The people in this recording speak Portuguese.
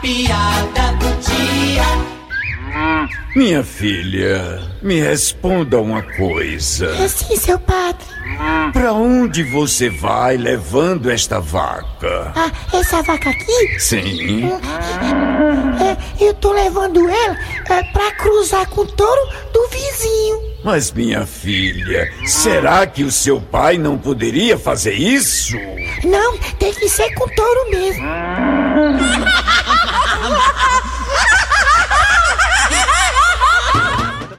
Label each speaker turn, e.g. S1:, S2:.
S1: piada do dia.
S2: Minha filha, me responda uma coisa.
S3: Sim, seu padre.
S2: Pra onde você vai levando esta vaca?
S3: Ah, essa vaca aqui,
S2: Sim.
S3: é, eu tô levando ela é, pra cruzar com o touro do vizinho.
S2: Mas minha filha, será que o seu pai não poderia fazer isso?
S3: Não, tem que ser com o touro mesmo.